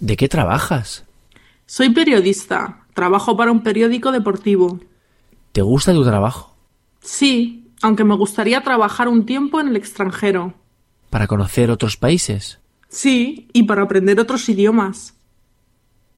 ¿De qué trabajas? Soy periodista. Trabajo para un periódico deportivo. ¿Te gusta tu trabajo? Sí, aunque me gustaría trabajar un tiempo en el extranjero. ¿Para conocer otros países? Sí, y para aprender otros idiomas.